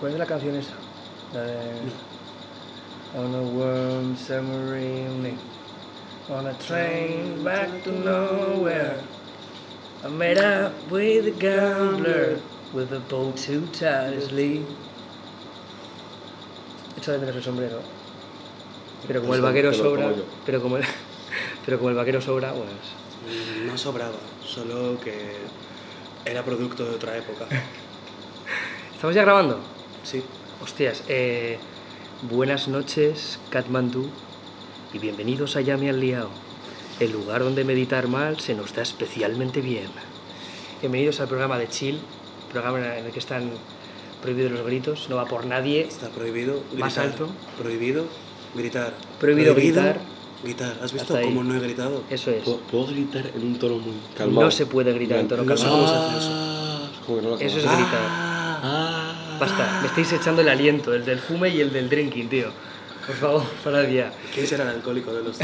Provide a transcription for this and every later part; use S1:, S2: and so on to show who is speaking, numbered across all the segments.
S1: ¿Cuál es la canción esa? La de... On a warm summer evening On a train back to nowhere I met up with a gambler With a bow too tight his sleeve Echa de menos el sombrero Pero como el vaquero
S2: Te lo pongo
S1: sobra
S2: yo.
S1: Pero como el, pero como el vaquero sobra, pues. bueno es-
S3: Mm, No sobraba, solo que era producto de otra época.
S1: ¿Estamos ya grabando?
S3: Sí,
S1: Hostias, eh, buenas noches, Katmandú, y bienvenidos a Ya me han liado, el lugar donde meditar mal se nos da especialmente bien. Bienvenidos al programa de Chill, programa en el que están prohibidos los gritos, no va por nadie.
S3: está prohibido gritar.
S1: Más alto.
S3: Prohibido gritar.
S1: Prohibido gritar.
S3: Gritar. ¿Has visto
S1: Hasta ahí.
S3: cómo no he gritado?
S1: Eso es,
S2: ¿Puedo, puedo gritar en un tono muy calmado?
S1: no se puede gritar en tono
S3: Oh, No sé
S1: calmado.
S3: cómo se hace eso.
S2: Ah, como que no lo
S1: Eso es
S2: conozco.
S1: gritar.
S3: Ah,
S2: Ah,
S1: Basta, me estáis echando el aliento, el del fume y el del drinking, tío. Por favor, para día.
S3: ¿Quién será el alcohólico de los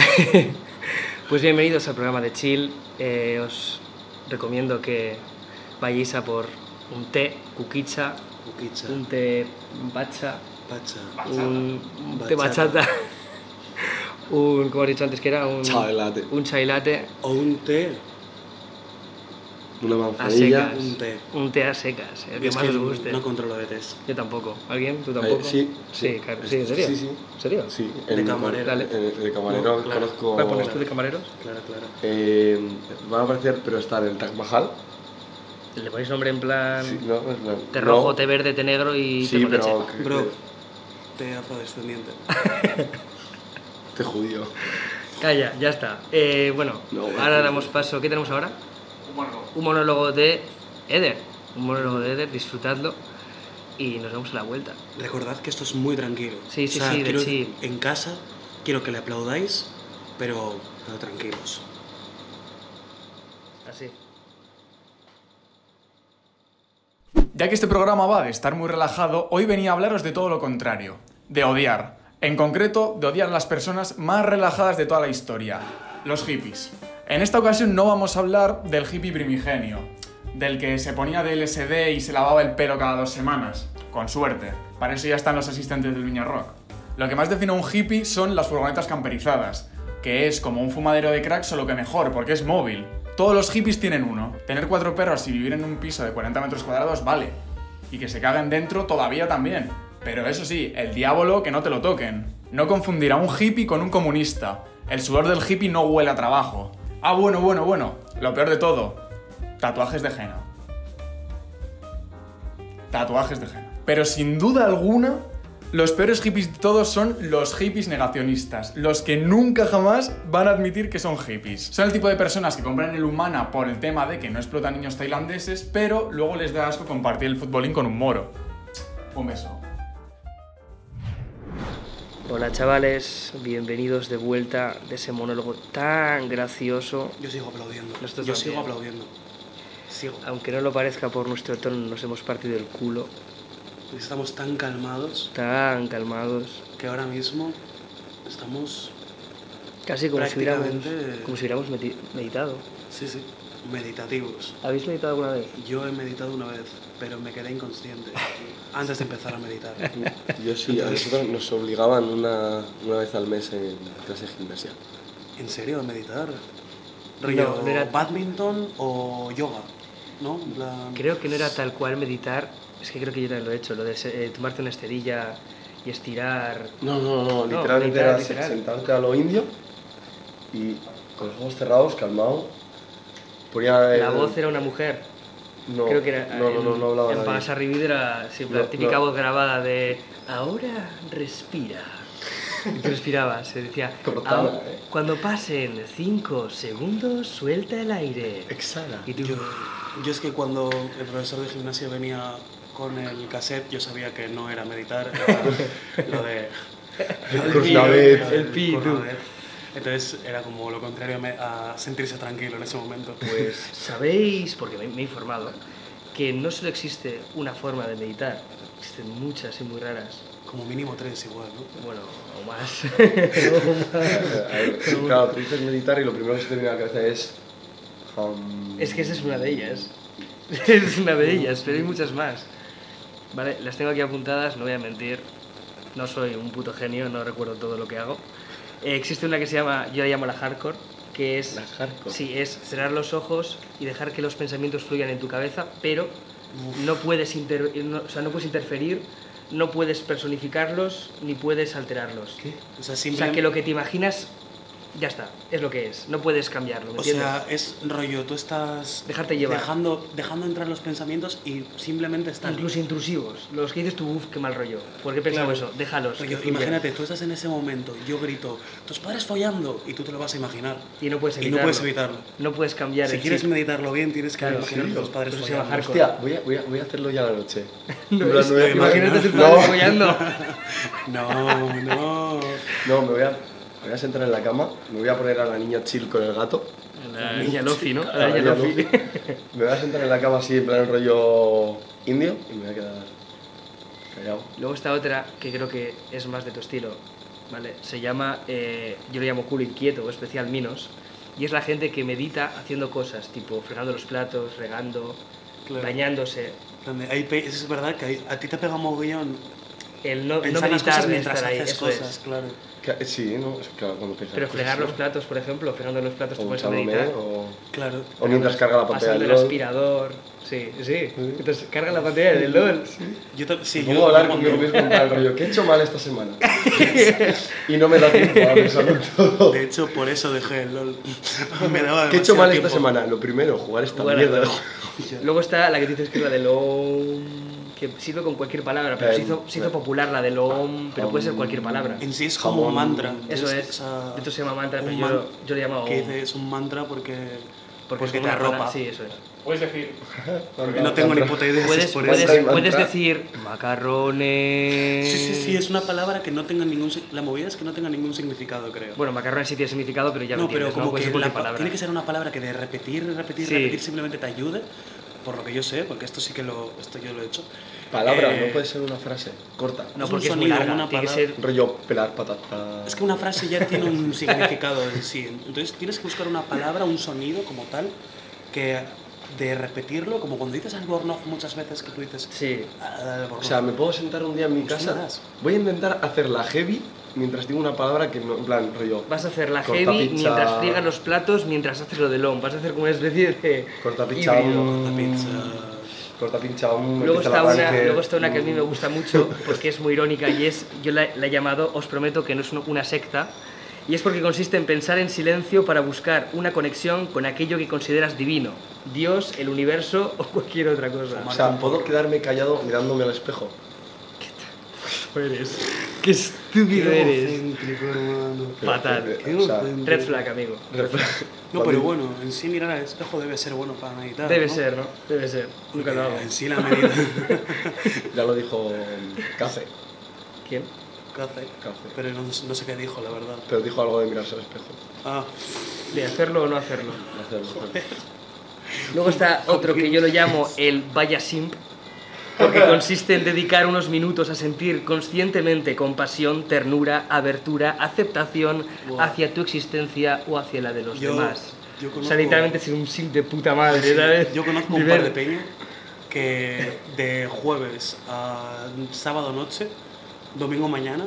S1: Pues bienvenidos al programa de Chill. Eh, os recomiendo que vayáis a por un té cuquicha,
S3: Cuquicha,
S1: un té bacha,
S3: pacha,
S1: un, un té
S3: Bachata.
S1: bachata, un, como has dicho antes que era, un,
S2: Ah, Chao, el latte.
S1: un chai latte
S3: o un té,
S2: Una
S1: A
S2: manzanilla.
S1: secas.
S3: un té.
S1: un té a secas, el que
S3: Es
S1: más os guste.
S3: no controlo de tés.
S1: Yo tampoco. ¿Alguien? ¿Tú tampoco?
S2: Eh, sí, sí.
S1: claro. Sí, ¿en serio?
S2: Sí, sí.
S1: ¿En serio?
S2: Sí,
S3: De camarero.
S2: en- en- de camarero
S3: No, claro.
S2: conozco.
S1: ¿Cuál pones tú de camareros?
S3: Claro, claro.
S2: Eh, va a aparecer, pero está en el Taj Mahal.
S1: ¿Le ponéis nombre en plan
S2: Sí, no, en plan,
S1: té
S2: no.
S1: rojo, té verde, té negro y té
S2: Sí,
S1: con
S2: pero.
S1: leche?
S2: que-
S3: Bro, té afrodescendiente.
S2: Te judío.
S1: Calla, ya está. Eh, bueno,
S2: No,
S1: ahora
S2: no.
S1: damos paso. ¿Qué tenemos ahora? Un monólogo. Un monólogo de Eder. Un monólogo de Eder, disfrutadlo. Y nos vemos a la vuelta.
S3: Recordad que esto es muy tranquilo.
S1: Sí, sí,
S3: O sea,
S1: sí, de
S3: quiero-
S1: chill.
S3: En casa quiero que le aplaudáis, pero, pero tranquilos.
S1: Así.
S4: Ya que este programa va de estar muy relajado, hoy venía a hablaros de todo lo contrario, de odiar. En concreto, de odiar a las personas más relajadas de toda la historia, los hippies. En esta ocasión no vamos a hablar del hippie primigenio, del que se ponía de LSD y se lavaba el pelo cada dos semanas, con suerte. Para eso ya están los asistentes del Viña Rock. Lo que más define a un hippie son las furgonetas camperizadas, que es como un fumadero de crack solo que mejor, porque es móvil. Todos los hippies tienen uno. Tener cuatro perros y vivir en un piso de 40 metros cuadrados vale. Y que se caguen dentro todavía también. Pero eso sí, el diablo que no te lo toquen. No confundir a un hippie con un comunista. El sudor del hippie no huele a trabajo. Ah, bueno, bueno, bueno. Lo peor de todo. Tatuajes de henna. Tatuajes de henna. Pero sin duda alguna, los peores hippies de todos son los hippies negacionistas, los que nunca jamás van a admitir que son hippies. Son el tipo de personas que compran el humana por el tema de que no explotan niños tailandeses, pero luego les da asco compartir el futbolín con un moro. Un beso.
S1: Hola chavales, bienvenidos de vuelta de ese monólogo tan gracioso.
S3: Yo sigo aplaudiendo.
S1: Nosotros
S3: Yo
S1: también.
S3: sigo aplaudiendo. Sigo.
S1: Aunque no lo parezca por nuestro tono, nos hemos partido el culo.
S3: Estamos tan calmados
S1: Tan calmados.
S3: que ahora mismo estamos,
S1: Casi como si hubiéramos,
S3: Prácticamente-
S1: como si hubiéramos meti- meditado.
S3: sí, sí, meditativos.
S1: ¿Habéis meditado alguna vez?
S3: Yo he meditado una vez, pero me quedé inconsciente antes de empezar a meditar.
S2: Yo sí, a nosotros nos obligaban una, una vez al mes en clase de gimnasia.
S3: ¿En serio? ¿A meditar? Río,
S1: no era-
S3: ¿Badminton o yoga? ¿No? En plan-
S1: Creo que no era tal cual meditar, es que creo que yo también lo he hecho, lo de se- eh, tomarte una esterilla y estirar.
S2: No, no, no, literalmente
S1: literal,
S2: era
S1: literal.
S2: sentarte a lo indio y con los ojos cerrados, calmado. Ponía.
S1: La
S2: el-
S1: voz era una mujer,
S2: Eh, No,
S1: creo que era.
S2: No, no, no, no hablaba
S1: En
S2: nadie.
S1: Pagasa era siempre
S2: No,
S1: la típica
S2: no.
S1: voz grabada de. Ahora respira. Y tú respirabas, se decía.
S2: Cortada,
S1: "Ahora-
S2: eh.
S1: Cuando pasen 5 segundos, suelta el aire.
S2: Exhala.
S1: Y tú.
S3: Yo, yo es que cuando el profesor de gimnasia venía con el cassette, yo sabía que no era meditar, era lo de...
S2: El
S1: pi,
S2: Kurnavet.
S3: lo del
S1: el pi, tú.
S3: Kurnavet. Entonces era como lo contrario a me- a sentirse tranquilo en ese momento.
S1: Pues sabéis, porque me, me he informado, que no solo existe una forma de meditar, existen muchas y muy raras.
S3: Como mínimo tres igual, ¿no?
S1: Bueno, o más.
S2: A ver, claro, tú dices meditar y lo primero que se te viene a la cabeza es. hum,
S1: es que esa es una de ellas. Es una de ellas, pero hay muchas más. Vale, las tengo aquí apuntadas, no voy a mentir. No soy un puto genio, no recuerdo todo lo que hago. Eh, existe una que se llama, yo la llamo la hardcore, que es...
S2: La hardcore.
S1: Sí, es cerrar los ojos y dejar que los pensamientos fluyan en tu cabeza, pero no puedes, inter- no- o sea, no puedes interferir, no puedes personificarlos, ni puedes alterarlos.
S2: ¿Qué?
S3: O sea,
S1: O sea,
S3: simplemente...
S1: que lo que te imaginas, ya está, es lo que es. No puedes cambiarlo, ¿me
S3: O
S1: entiendes?
S3: sea, es rollo, tú estás...
S1: Dejarte llevar.
S3: Dejando, dejando entrar los pensamientos y simplemente estás...
S1: Incluso intrusivos. Los que dices tú, uff, qué mal rollo. ¿Por qué he pensado
S3: Claro.
S1: eso? Déjalos. que
S3: Rollo,
S1: fluyan.
S3: imagínate, tú estás en ese momento, yo grito, tus padres follando, y tú te lo vas a imaginar.
S1: Y no puedes
S3: Y
S1: evitarlo.
S3: no puedes evitarlo.
S1: No puedes cambiar
S3: Si
S1: el
S3: quieres
S1: chip.
S3: meditarlo bien, tienes que
S1: Claro,
S3: imaginar
S2: sí.
S3: a tus padres
S1: Eso se llama
S3: follando.
S1: hardcore.
S2: Hostia, voy a, voy, a, voy a hacerlo ya a la noche.
S1: No,
S2: En plan,
S1: es-
S2: voy a-
S1: imagínate a tus
S2: No.
S1: padres follando.
S3: No, no.
S2: No, me voy a, me voy a sentar en la cama, me voy a poner a la niña chill con el gato.
S1: La niña Lofi, ¿no?
S2: A
S1: La niña
S2: niña
S1: Lofi.
S2: Lofi. Me voy a sentar en la cama así, en plan rollo indio, y me voy a quedar callado.
S1: Luego está otra que creo que es más de tu estilo, ¿vale? Se llama, eh, yo le llamo culo inquieto o especial minos, y es la gente que medita haciendo cosas, tipo fregando los platos, regando,
S3: Claro.
S1: bañándose.
S3: En plan de, hay pe- eso es verdad que hay- a ti te pega mogollón
S1: El no, no
S3: pensar las
S1: meditar
S3: cosas
S1: de
S3: mientras
S1: estar ahí,
S3: haces
S1: eso es.
S3: cosas, claro.
S2: Que- Sí, ¿no? Es que, claro, cuando piensas
S1: Pero
S2: cosas,
S1: fregar
S2: ¿no?
S1: los platos, por ejemplo, fregando los platos
S2: O
S1: te puedes
S2: duchándome,
S1: meditar.
S2: o,
S3: Claro.
S2: o mientras carga la pantalla
S1: Pasando
S2: del
S1: el
S2: LOL.
S1: aspirador. Sí, sí. Entonces carga la pantalla del LOL.
S3: Yo te- sí,
S2: Pongo
S3: yo-
S2: a hablar
S3: yo
S2: conmigo
S3: también.
S2: mismo en plan rollo, ¿qué he hecho mal esta semana? y no me da tiempo a pensarlo todo.
S3: De hecho, por eso dejé el LOL. Me daba
S2: ¿Qué he hecho
S3: demasiado
S2: mal esta
S3: tiempo.
S2: semana? Lo primero, jugar esta
S1: Jugar a
S2: mierda de
S1: LOL.
S2: juego.
S1: Luego está la que dices que es la del OM, que sirve con cualquier palabra, pero se
S2: Eh,
S1: hizo, se
S2: eh.
S1: hizo popular la del OM, pero puede ser cualquier palabra.
S3: En sí es como un
S2: Jamón.
S3: mantra.
S1: Eso
S3: Entonces,
S1: es.
S3: o sea,
S1: De hecho se llama mantra,
S3: un
S1: pero
S3: man-
S1: yo, yo le llamo OM.
S3: Que pues dice, es un mantra porque, porque,
S1: es como
S3: te
S1: una palabra-
S3: arropa.
S1: Sí, eso es.
S4: Puedes decir,
S3: No tengo ni puta idea. si es
S1: Puedes,
S3: por
S1: puedes-
S3: eso.
S2: Mantra y
S1: puedes
S2: mantra.
S1: decir macarrones.
S3: Sí, sí, sí, es una palabra que no tenga ningún... si- La movida es que no tenga ningún significado, creo.
S1: Bueno, macarrones sí tiene significado, pero ya lo
S3: no, pero
S1: entiendes,
S3: como
S1: ¿no? Pues Puede
S3: que
S1: ser cualquier
S3: la pa-
S1: palabra.
S3: tiene que ser una palabra que de repetir, repetir,
S1: Sí.
S3: repetir simplemente te ayude, por lo que yo sé, porque esto sí que lo, esto yo lo he hecho.
S2: Palabra,
S3: Eh,
S2: no puede ser una frase corta.
S1: No,
S3: es un
S1: porque es muy
S3: sonido,
S1: larga,
S3: una
S1: tiene que
S3: palabra.
S1: ser...
S2: Rollo pelar patata.
S3: Es que una frase ya tiene un significado en sí. Entonces tienes que buscar una palabra, un sonido como tal, que de repetirlo, como cuando dices albornoz muchas veces que tú dices
S1: Sí.
S3: "Ah, albornoz".
S2: O sea, me puedo sentar un día en mi
S3: Pues
S2: casa.
S3: nada.
S2: Voy a intentar hacerla heavy mientras digo una palabra que no, en plan, rollo.
S1: Vas a hacer la
S2: Corta
S1: heavy
S2: pizza.
S1: mientras friegas los platos, mientras haces lo del OM. Vas a hacer como una especie de.
S2: Corta pizza.
S1: híbrido.
S2: mm,
S3: La pizza.
S2: Corta pincha un.
S1: Luego
S2: metiza
S1: está,
S2: la
S1: una,
S2: panque,
S1: luego está una que a mí me
S2: mm.
S1: gusta mucho porque es muy irónica y es, yo la, la he llamado, os prometo que no es una secta, y es porque consiste en pensar en silencio para buscar una conexión con aquello que consideras divino, Dios, el universo o cualquier otra cosa.
S2: O sea, puedo quedarme callado mirándome al espejo.
S1: eres? ¡Qué estúpido eres!
S3: egocéntrico, hermano.
S1: Fatal.
S2: Qué eh, o sea,
S3: egocéntrico.
S1: Red flag, amigo.
S3: No, pero bueno, en sí mirar al espejo debe ser bueno para meditar.
S1: Debe
S3: ¿no?
S1: ser, ¿no? Debe ser. Nunca lo hago.
S3: En sí la medita.
S2: Ya lo dijo Café.
S1: ¿Quién?
S3: Café. Pero no, no sé qué dijo, la verdad.
S2: Pero dijo algo de mirarse al espejo.
S3: Ah,
S1: ¿De hacerlo o no hacerlo?
S2: De hacerlo.
S1: Luego está otro que yo lo llamo el vaya simp, porque consiste en dedicar unos minutos a sentir conscientemente compasión, ternura, abertura, aceptación
S3: Buah.
S1: hacia tu existencia o hacia la de los
S3: Yo-
S1: demás.
S3: yo
S1: o
S3: conozco-
S1: sea, literalmente ser un simp de puta madre, ¿sabes?
S3: Yo conozco un
S1: Viver-
S3: par de peña que de jueves a sábado noche, domingo mañana,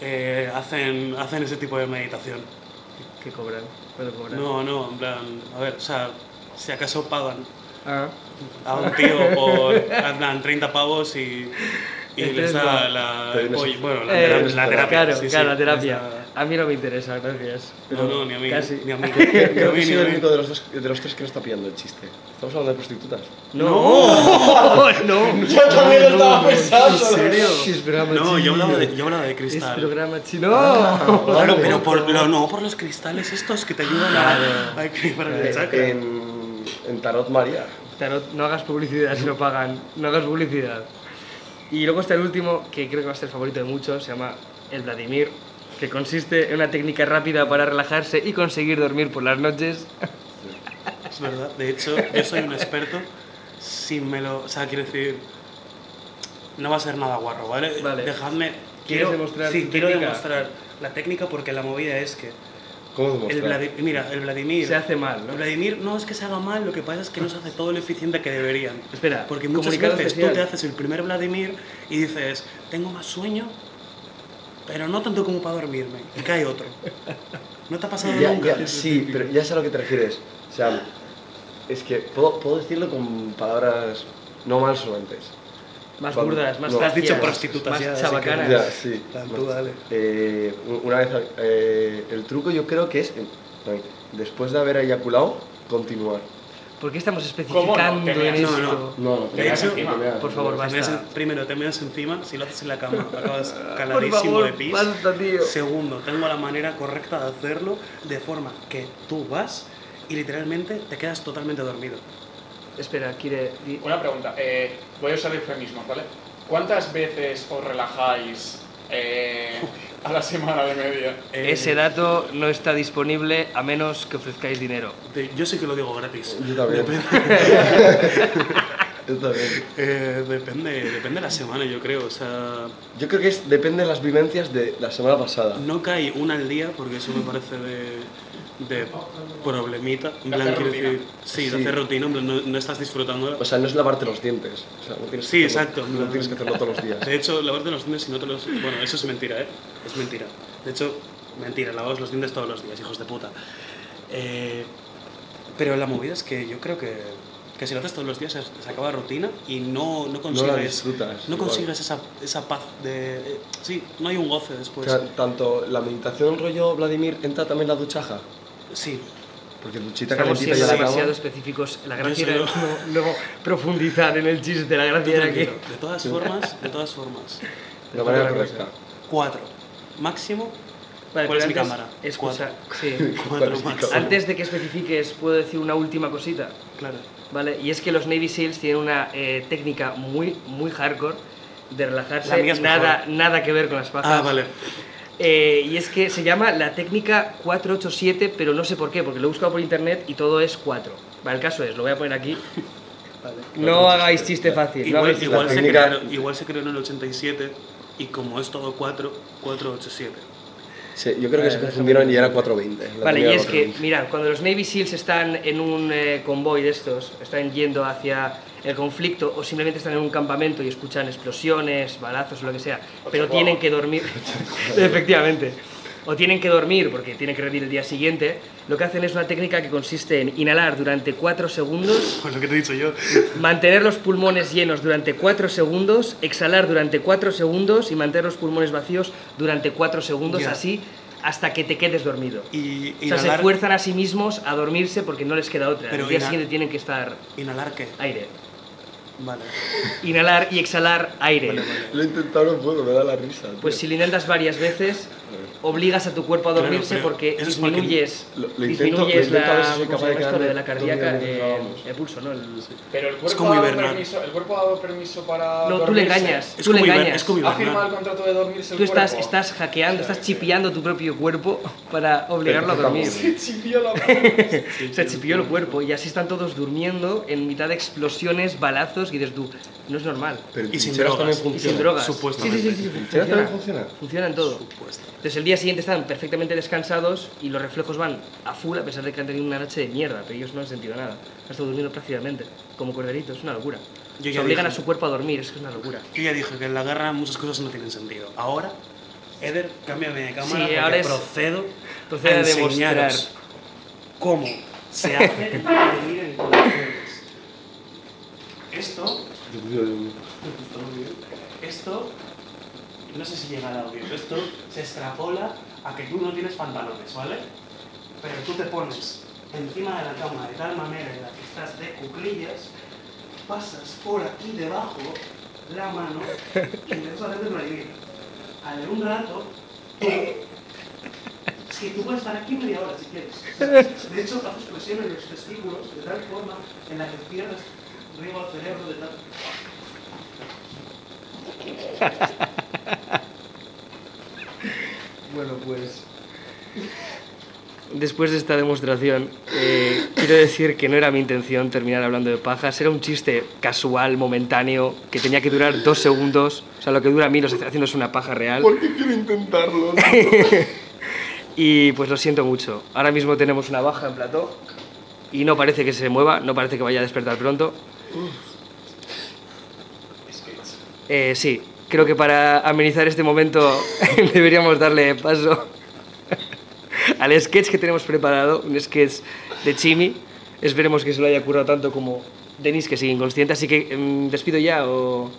S3: eh, hacen, hacen ese tipo de meditación.
S1: Que cobran, ¿Cuánto cobran.
S3: No, no, en plan, a ver, o sea, si acaso pagan
S1: Ah.
S3: a un tío por en plan, 30 pavos y, y
S1: El
S3: les da
S1: Tesla.
S3: la,
S2: Pero no sé.
S3: oye, bueno, la,
S1: Este Eh,
S3: terapia, la terapia.
S1: Claro,
S3: sí, sí,
S1: claro, la
S3: les
S1: terapia.
S3: da-
S1: A mí no me interesa, gracias.
S3: No, no, ni a mí.
S1: Casi.
S3: Ni a mí. Ni a
S2: Creo
S3: mí, ni
S2: que soy
S3: a
S2: el
S3: mí.
S2: único de los, dos, de los tres que no está pillando el chiste. Estamos hablando de prostitutas.
S1: ¡No! ¡No! Yo también lo estaba
S2: pensando.
S1: ¿En serio?
S3: No, yo hablaba de, Ah. yo hablaba de
S1: Es
S3: cristal.
S1: programa chino.
S3: Claro,
S2: Vale.
S3: pero por, pero no por los cristales estos que te ayudan a, a equilibrar el chakra.
S2: Eh, En, en Tarot María.
S1: Tarot, no hagas publicidad si no pagan. No hagas publicidad. Y luego está el último, que creo que va a ser el favorito de muchos, se llama el Vladimir, que consiste en una técnica rápida para relajarse y conseguir dormir por las noches.
S3: Es verdad. De hecho, yo soy un experto. Si me lo. O sea, quiero decir. No va a ser nada guarro, ¿vale?
S1: Vale.
S3: Dejadme.
S1: ¿Quieres demostrar
S3: Sí,
S1: tu
S3: quiero
S1: técnica?
S3: demostrar la técnica porque la movida es que.
S2: ¿Cómo
S3: El
S2: demostrar?
S3: Vladi- mira, el Vladimir.
S1: Se hace mal, ¿no?
S3: Vladimir no es que se haga mal, lo que pasa es que no se hace todo lo eficiente que deberían.
S1: Espera,
S3: porque muchas
S1: comunicado
S3: veces
S1: especial.
S3: tú te haces el primer Vladimir y dices, tengo más sueño, pero no tanto como para dormirme. Y cae otro. ¿No te ha pasado
S2: Ya,
S3: nunca?
S2: ya, sí, pero ya sé a lo que te refieres. O sea, es que puedo, puedo decirlo con palabras no malsonantes.
S1: Más
S2: Vamos,
S1: burdas, más
S2: no.
S1: racias,
S3: Has dicho prostitutas ya,
S1: más
S3: así que-
S1: chabacanas.
S2: Ya, sí.
S3: Tan tú, dale.
S2: Eh, u- una vez, eh, el truco yo creo que es, eh, después de haber eyaculado, continuar.
S1: ¿Por qué estamos
S4: no?
S1: especificando
S4: Te
S1: en
S4: veas.
S1: esto?
S3: No, no.
S2: No, no,
S4: De
S2: no,
S4: hecho,
S2: no, no, no, no,
S1: por
S2: no,
S1: favor,
S2: no.
S1: basta.
S3: Te metes- primero, te metes encima, si lo haces en la cama, acabas
S1: Por
S3: caladísimo de
S1: favor,
S3: pis.
S1: basta, tío.
S3: Segundo, tengo la manera correcta de hacerlo de forma que tú vas y literalmente te quedas totalmente dormido.
S1: Espera, quiere... di-
S5: Una pregunta, eh, voy a usar eufemismos, ¿vale? ¿Cuántas veces os relajáis eh, a la semana de media?
S3: Eh,
S1: Ese dato no está disponible a menos que ofrezcáis dinero.
S3: de- yo sí que lo digo gratis.
S2: Yo también.
S3: Depende,
S2: Yo también.
S3: eh, depende, depende de la semana, yo creo. O sea,
S2: Yo creo que es, depende de las vivencias de la semana pasada.
S3: no cae una al día porque eso me parece de, de problemita. En
S5: De
S3: plan,
S5: hacer
S3: quiero
S5: rutina.
S3: decir, sí, de
S2: Sí.
S3: hacer rutina, en plan, no, no estás disfrutándola.
S2: O sea, no es lavarte los dientes. O sea, no tienes
S3: Sí,
S2: que hacerlo-
S3: exacto.
S2: No tienes que hacerlo todos los días.
S3: De hecho, lavarte los dientes si no te los... Bueno, eso es mentira, ¿eh? Es mentira. De hecho, mentira, lavaos los dientes todos los días, hijos de puta. Eh, pero la movida es que yo creo que, que si lo haces todos los días se, se acaba la rutina y no, no consigues...
S2: disfrutas,
S3: no
S2: igual.
S3: consigues esa, esa paz de... eh, sí, no hay un goce
S2: O
S3: después.
S2: sea, Pues tanto la meditación rollo Vladimir entra también la duchaja.
S3: Sí,
S2: Porque duchita
S1: Estamos
S2: calentita
S1: siendo
S2: ya la cama.
S1: demasiado específicos. La
S3: Yo
S1: gracia era
S3: solo-
S1: no, no profundizar en el chiste. La
S3: tú
S1: gracia era que...
S3: tranquilo. De todas formas, de todas formas.
S2: De la manera correcta.
S3: Cuatro. Máximo,
S1: Vale,
S3: ¿Cuál
S1: pero
S3: es mi
S1: antes-
S3: cámara?
S1: Escucha, sí.
S2: ¿Cuál
S3: cuatro
S2: es mi
S3: máximo.
S2: cámara?
S1: Antes de que especifiques, puedo decir una última cosita.
S3: Claro.
S1: Vale, y es que los Navy SEALs tienen una eh, técnica muy, muy hardcore de relajarse.
S3: La mía es
S1: nada, nada que ver con las pajas.
S3: Ah, vale.
S1: Eh, y es que se llama la técnica 487, pero no sé por qué, porque lo he buscado por internet y todo es 4. Vale, el caso es, lo voy a poner aquí. No hagáis chiste fácil. no
S3: Igual,
S1: hagáis-
S3: igual
S2: la
S3: se
S2: técnica-
S3: crearon- igual se creó en el 87 y como es todo 4, 487.
S2: Sí, yo creo que se confundieron y era 4.20. la
S1: Vale, y
S2: tenía
S1: es que,
S2: 4.20.
S1: mirad, cuando los Navy SEALs están en un eh, convoy de estos, están yendo hacia el conflicto o simplemente están en un campamento y escuchan explosiones, balazos o lo que sea, pero tienen que dormir, efectivamente, o tienen que dormir porque tienen que rendir el día siguiente, lo que hacen es una técnica que consiste en inhalar durante 4 segundos,
S3: Pues lo que te he dicho yo.
S1: mantener los pulmones llenos durante 4 segundos, exhalar durante 4 segundos y mantener los pulmones vacíos durante 4 segundos,
S3: Ya.
S1: así hasta que te quedes dormido.
S3: Y
S1: O sea,
S3: inhalar,
S1: se fuerzan a sí mismos a dormirse porque no les queda otra.
S3: Pero
S1: Al día
S3: ina-
S1: siguiente tienen que estar
S3: ¿Inhalar qué?
S1: aire.
S3: Vale.
S1: Inhalar y exhalar aire.
S3: Vale, vale.
S2: Lo he intentado, no puedo, me da la risa. tío.
S1: Pues si lo intentas varias veces, obligas a tu cuerpo a
S3: Claro,
S1: dormirse
S3: pero
S1: porque
S3: eso es
S1: disminuyes,
S2: porque lo- lo intento-
S1: disminuyes
S2: lo intento a
S1: la,
S2: ver si soy
S1: ¿cómo se
S2: capaz de
S1: llama esto? Lo de la
S2: quedarme
S1: cardíaca,
S2: dormido
S1: eh,
S2: mientras grabamos.
S1: el pulso, ¿no? El-
S5: Pero el cuerpo,
S3: como
S5: ha dado
S3: hibernar.
S5: permiso, el cuerpo ha dado permiso para.
S1: No, tú le
S5: dormirse.
S1: engañas,
S3: Es
S1: tú le
S3: como hiber-
S1: engañas.
S3: es como
S5: Ha firmado
S3: hibernar.
S5: el contrato de dormirse el
S1: Tú estás,
S5: cuerpo.
S1: estás hackeando,
S5: O sea,
S1: estás
S5: que-
S1: chipeando tu propio cuerpo para obligarlo a
S2: Pero que
S1: dormir.
S2: estamos-
S5: Sí, pío la mano.
S1: Se chipió el cuerpo y así están todos durmiendo en mitad de explosiones, balazos y dices tú, no es normal.
S2: Pero el
S3: Y sin
S2: trincheras
S3: drogas, y
S2: también
S1: Y sin
S2: funciona.
S1: drogas.
S3: Supuestamente.
S1: Sí, sí, sí, sí,
S2: ¿Trincheras
S1: funciona.
S2: también funciona?
S1: Funciona en todo. Entonces el día siguiente están perfectamente descansados y los reflejos van a full a pesar de que han tenido una noche de mierda, pero ellos no han sentido nada. Han estado durmiendo prácticamente, como corderitos, es una locura.
S3: Yo
S1: Se
S3: ya
S1: obligan
S3: dije.
S1: a su cuerpo a dormir, es que es una locura.
S3: Yo ya dije que en la guerra muchas cosas no tienen sentido. Ahora, Eder, cámbiame de cámara
S1: Sí,
S3: porque
S1: ahora es-
S3: procedo,
S1: procede
S3: a
S1: a demostrar.
S3: enseñaros cómo se hace dormir en condiciones. Esto
S2: Dios mío, Dios mío.
S3: Esto, no sé si llega al audio, pero esto se extrapola a que tú no tienes pantalones, ¿vale? Pero tú te pones encima de la cama de tal manera en la que estás de cuclillas, pasas por aquí debajo la mano y empiezas a hacer el Vladimir. Al un rato, es que tú puedes estar aquí media hora si quieres. De hecho, haces presión en los testículos de tal forma en la que pierdes riego al cerebro de tal...
S1: Bueno, pues... Después de esta demostración, eh, quiero decir que no era mi intención terminar hablando de pajas, era un chiste casual, momentáneo, que tenía que durar dos segundos, o sea, lo que dura a mí lo estoy haciendo es una paja real.
S2: ¿Por qué quiero intentarlo?
S1: Y pues lo siento mucho. Ahora mismo tenemos una baja en plató y no parece que se mueva, no parece que vaya a despertar pronto. Eh, sí, creo que para amenizar este momento deberíamos darle paso al sketch que tenemos preparado, un sketch de Chimi. Esperemos que se lo haya currado tanto como Denis, que sigue inconsciente. Así que mm, despido ya o...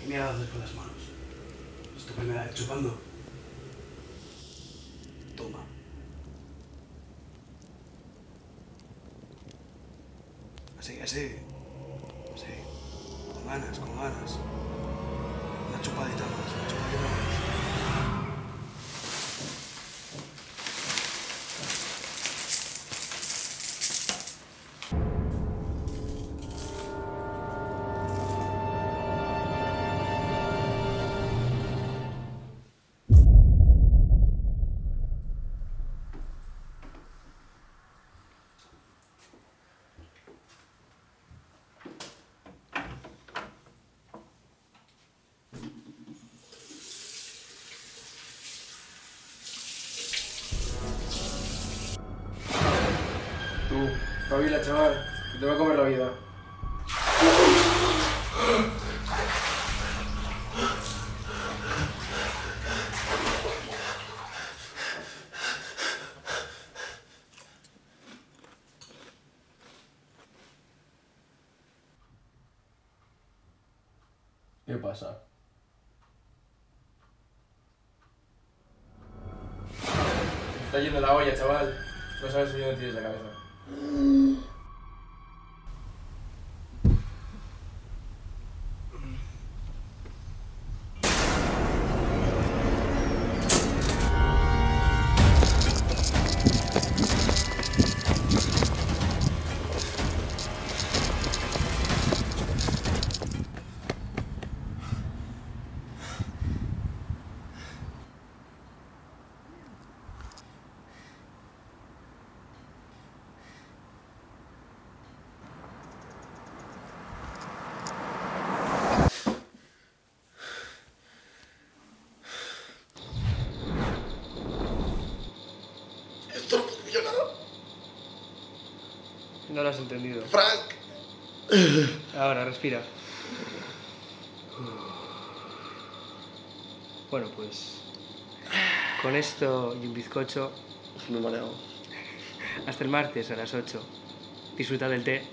S6: ¿Qué mierda haces con las manos? ¿Es tu primera vez chupando? Toma. Así, así. Sí. Con ganas, con ganas. Una chupadita más, una chupadita más.
S7: Tú, pabila, chaval, que te va a comer la vida. ¿Qué pasa? Se Está yendo la olla, chaval. No sabes ni dónde tienes la cabeza.
S8: Esto no funciona.
S1: No lo has entendido.
S8: Frank.
S1: Ahora, respira. Bueno, pues con esto y un bizcocho,
S2: Me he mareado.
S1: hasta el martes a las 8. Disfruta del té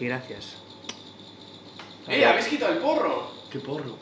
S1: y gracias.
S9: ¡Eh! ¡Habéis quitado el porro!
S2: ¡Qué porro!